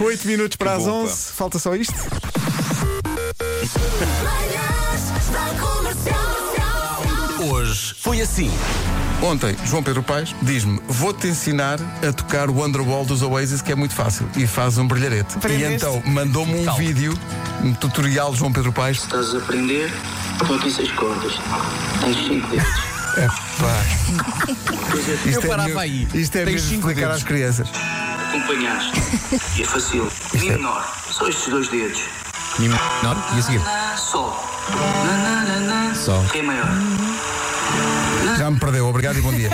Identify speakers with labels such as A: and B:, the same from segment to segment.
A: 8 minutos para
B: Que
A: as
B: bom, pá.
A: 11, falta só isto.
C: Manhãs da Comercial.
D: Hoje foi assim.
E: Ontem, João Pedro Paes diz-me: Vou-te ensinar a tocar o Wonderwall dos Oasis, que é muito fácil. E faz um brilharete. E
A: Aprendeste?
E: então mandou-me um
D: Tal.
E: vídeo, um tutorial de João Pedro Paes.
F: Estás a aprender? Estão aqui seis cordas. Tens cinco dedos.
E: Epá. Isto é
D: parava
E: meu-
D: aí.
E: Isto é
D: Tem
E: mesmo
D: cinco
E: explicar às
D: dedos.
E: crianças.
F: Acompanhaste. E é fácil. Mi menor. Só estes dois dedos.
D: Menor? E a seguir?
F: Sol. Na, na, na, na.
D: Sol.
F: Ré é maior.
E: Já me perdeu, obrigado e bom dia.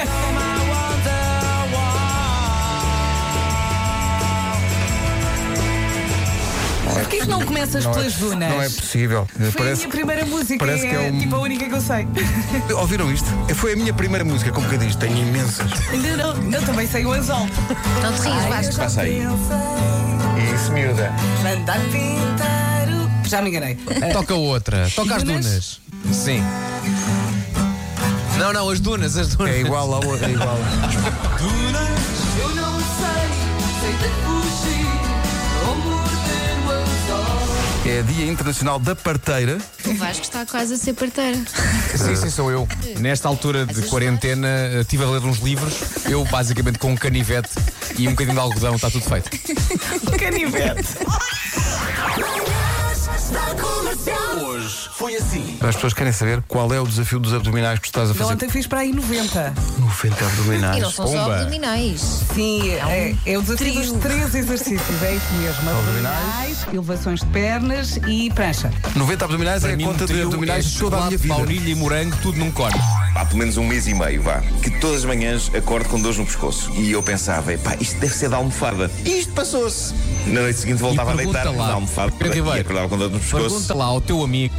G: Porquê que não começas
E: Não é-
G: pelas dunas?
E: Não é possível.
G: Foi a
E: Parece,
G: minha primeira música,
E: parece que é um-
G: tipo a única que eu sei.
E: Ouviram isto? Foi a minha primeira música, como que eu disse, tenho imensas.
G: Ainda não. Eu também sei o anzol.
H: Então
I: Não te rias, Vasco.
B: Passa aí.
E: É Isso, miúda.
G: Mandar pintar o... Já me enganei.
D: Toca outra. Toca as dunas.
G: Dunas?
D: Sim. Não, não, as dunas, as dunas.
E: É igual ao é igual.
G: Eu não sei, sei de fugir ou morder o anzol.
E: É Dia Internacional da Parteira.
I: O Vasco está quase a ser parteira.
D: É, Sim, sim, sou eu. Nesta altura de quarentena, eh, estive a ler uns livros. Eu, basicamente, com um canivete e um bocadinho de algodão, está tudo feito.
G: Canivete.
C: Manhãs da Comercial.
E: As pessoas querem saber qual é o desafio dos abdominais que tu estás a
G: Eu
E: fazer.
G: ontem fiz para aí 90.
E: No frente
I: E
E: abdominais.
I: não são só
D: Pumba.
I: abdominais.
G: Sim,
H: um
G: é, é o desafio dos três exercícios. É isso mesmo.
E: Tá
G: Abdominais, elevações de pernas e prancha.
E: 90 abdominais é a conta de abdominais de toda a minha vida.
D: baunilha e morango, tudo num cone.
B: Há pelo menos um mês e meio, vá, que todas as manhãs acordo com dores no pescoço. E eu pensava, pá, isto deve ser da almofada. E isto passou-se. Na noite seguinte voltava a
D: pergunta
B: deitar
D: lá,
B: na almofada
D: Pedro
B: e
D: Ribeiro,
B: acordava com dores no
D: Pergunta
B: pescoço.
D: lá ao teu amigo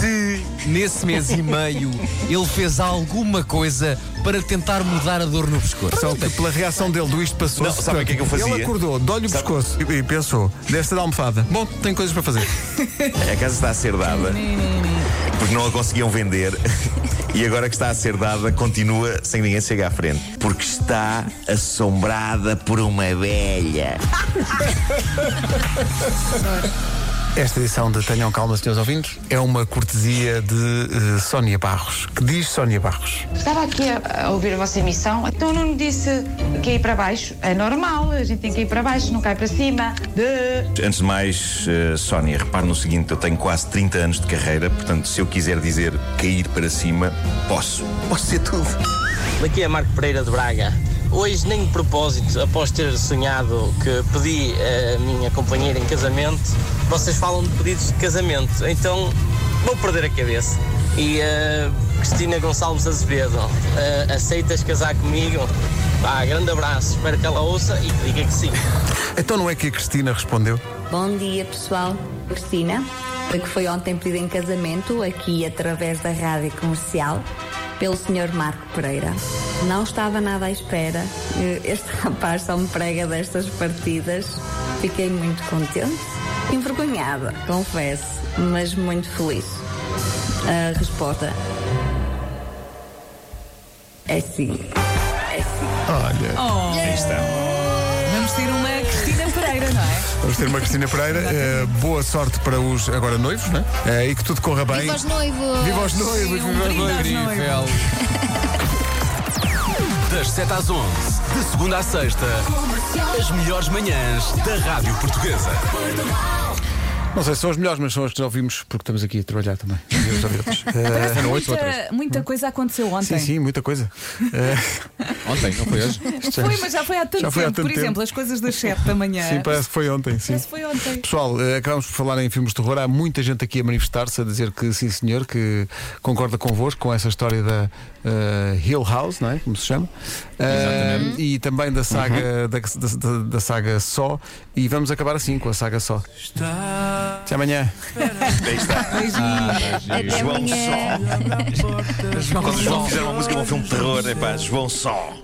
D: se nesse mês e meio ele fez alguma coisa para tentar mudar a dor no pescoço.
E: Só que pela reação dele do isto passou.
B: Não, sabe o que é que eu fazia?
E: Ele acordou, dói-lhe o
B: Sabe-
E: pescoço e, e pensou, desta da almofada. Bom, tenho coisas para fazer.
B: É A casa está a ser dada. Porque não a conseguiam vender. E agora que está a ser dada, continua sem ninguém chegar à frente. Porque está assombrada por uma velha.
E: Esta edição de Tenham Calma, senhores ouvintes, é uma cortesia de eh, Sónia Barros. Que diz Sónia Barros?
J: Estava aqui a, a ouvir a vossa emissão, então não me disse que ir para baixo. É normal, a gente tem que ir para baixo, não cai para cima. De...
B: Antes de mais, eh, Sónia, repare no seguinte: eu tenho quase 30 anos de carreira, portanto, se eu quiser dizer cair para cima, posso. Posso ser tudo.
K: Daqui é Marco Pereira de Braga. Hoje, nem de propósito, após ter sonhado que pedi eh, a minha companheira em casamento, vocês falam de pedidos de casamento. Então, vou perder a cabeça. E eh, Cristina Gonçalves Azevedo, eh, aceitas casar comigo? Pá, grande abraço, espero que ela ouça e que diga que sim.
E: Então não é que a Cristina respondeu?
H: Bom dia, pessoal. Cristina, que foi ontem pedida em casamento aqui através da rádio comercial pelo Sr. Marco Pereira. Não estava nada à espera. Eh, Este rapaz só me prega destas partidas. Fiquei muito contente, envergonhada, confesso, mas muito feliz. A resposta é sim. É sim.
B: Aí está.
G: Vamos ter uma Cristina Pereira, não é?
E: Vamos ter uma Cristina Pereira. Eh, boa sorte para os agora noivos, né? Eh, e que tudo corra bem.
I: Viva os noivos!
E: Viva os noivos!
G: um
E: viva os
G: brinde
E: noivos.
G: aos noivos.
D: Das 7 às 11, de segunda à sexta, as melhores manhãs da Rádio Portuguesa.
E: Não sei se são os melhores, mas são os que já ouvimos, porque estamos aqui a trabalhar também. E os ouvintes. Eh,
G: Parece que muita, muita coisa aconteceu
E: Hum? sim,
G: ontem.
E: sim, muita coisa. Eh,
D: Ontem, não foi hoje?
G: Foi, mas já foi há tanto
E: Já foi há
G: tempo.
E: tanto
G: Por exemplo,
E: tempo.
G: as coisas das 7 da manhã.
E: sim, parece que foi ontem. Sim.
G: É. Parece que foi ontem.
E: Pessoal, eh, acabamos por falar em filmes de terror. Há muita gente aqui a manifestar-se, a dizer que sim, senhor, que concorda convosco com essa história da eh, Hill House, não é? Como se chama? Eh, e também da saga, da, da- da saga Só. E vamos acabar assim com a saga Só. Até amanhã.
B: Aí está.
I: Até
B: João
I: amanhã.
B: Quando o João fizer uma música, é um filme de terror, é pá, João Só.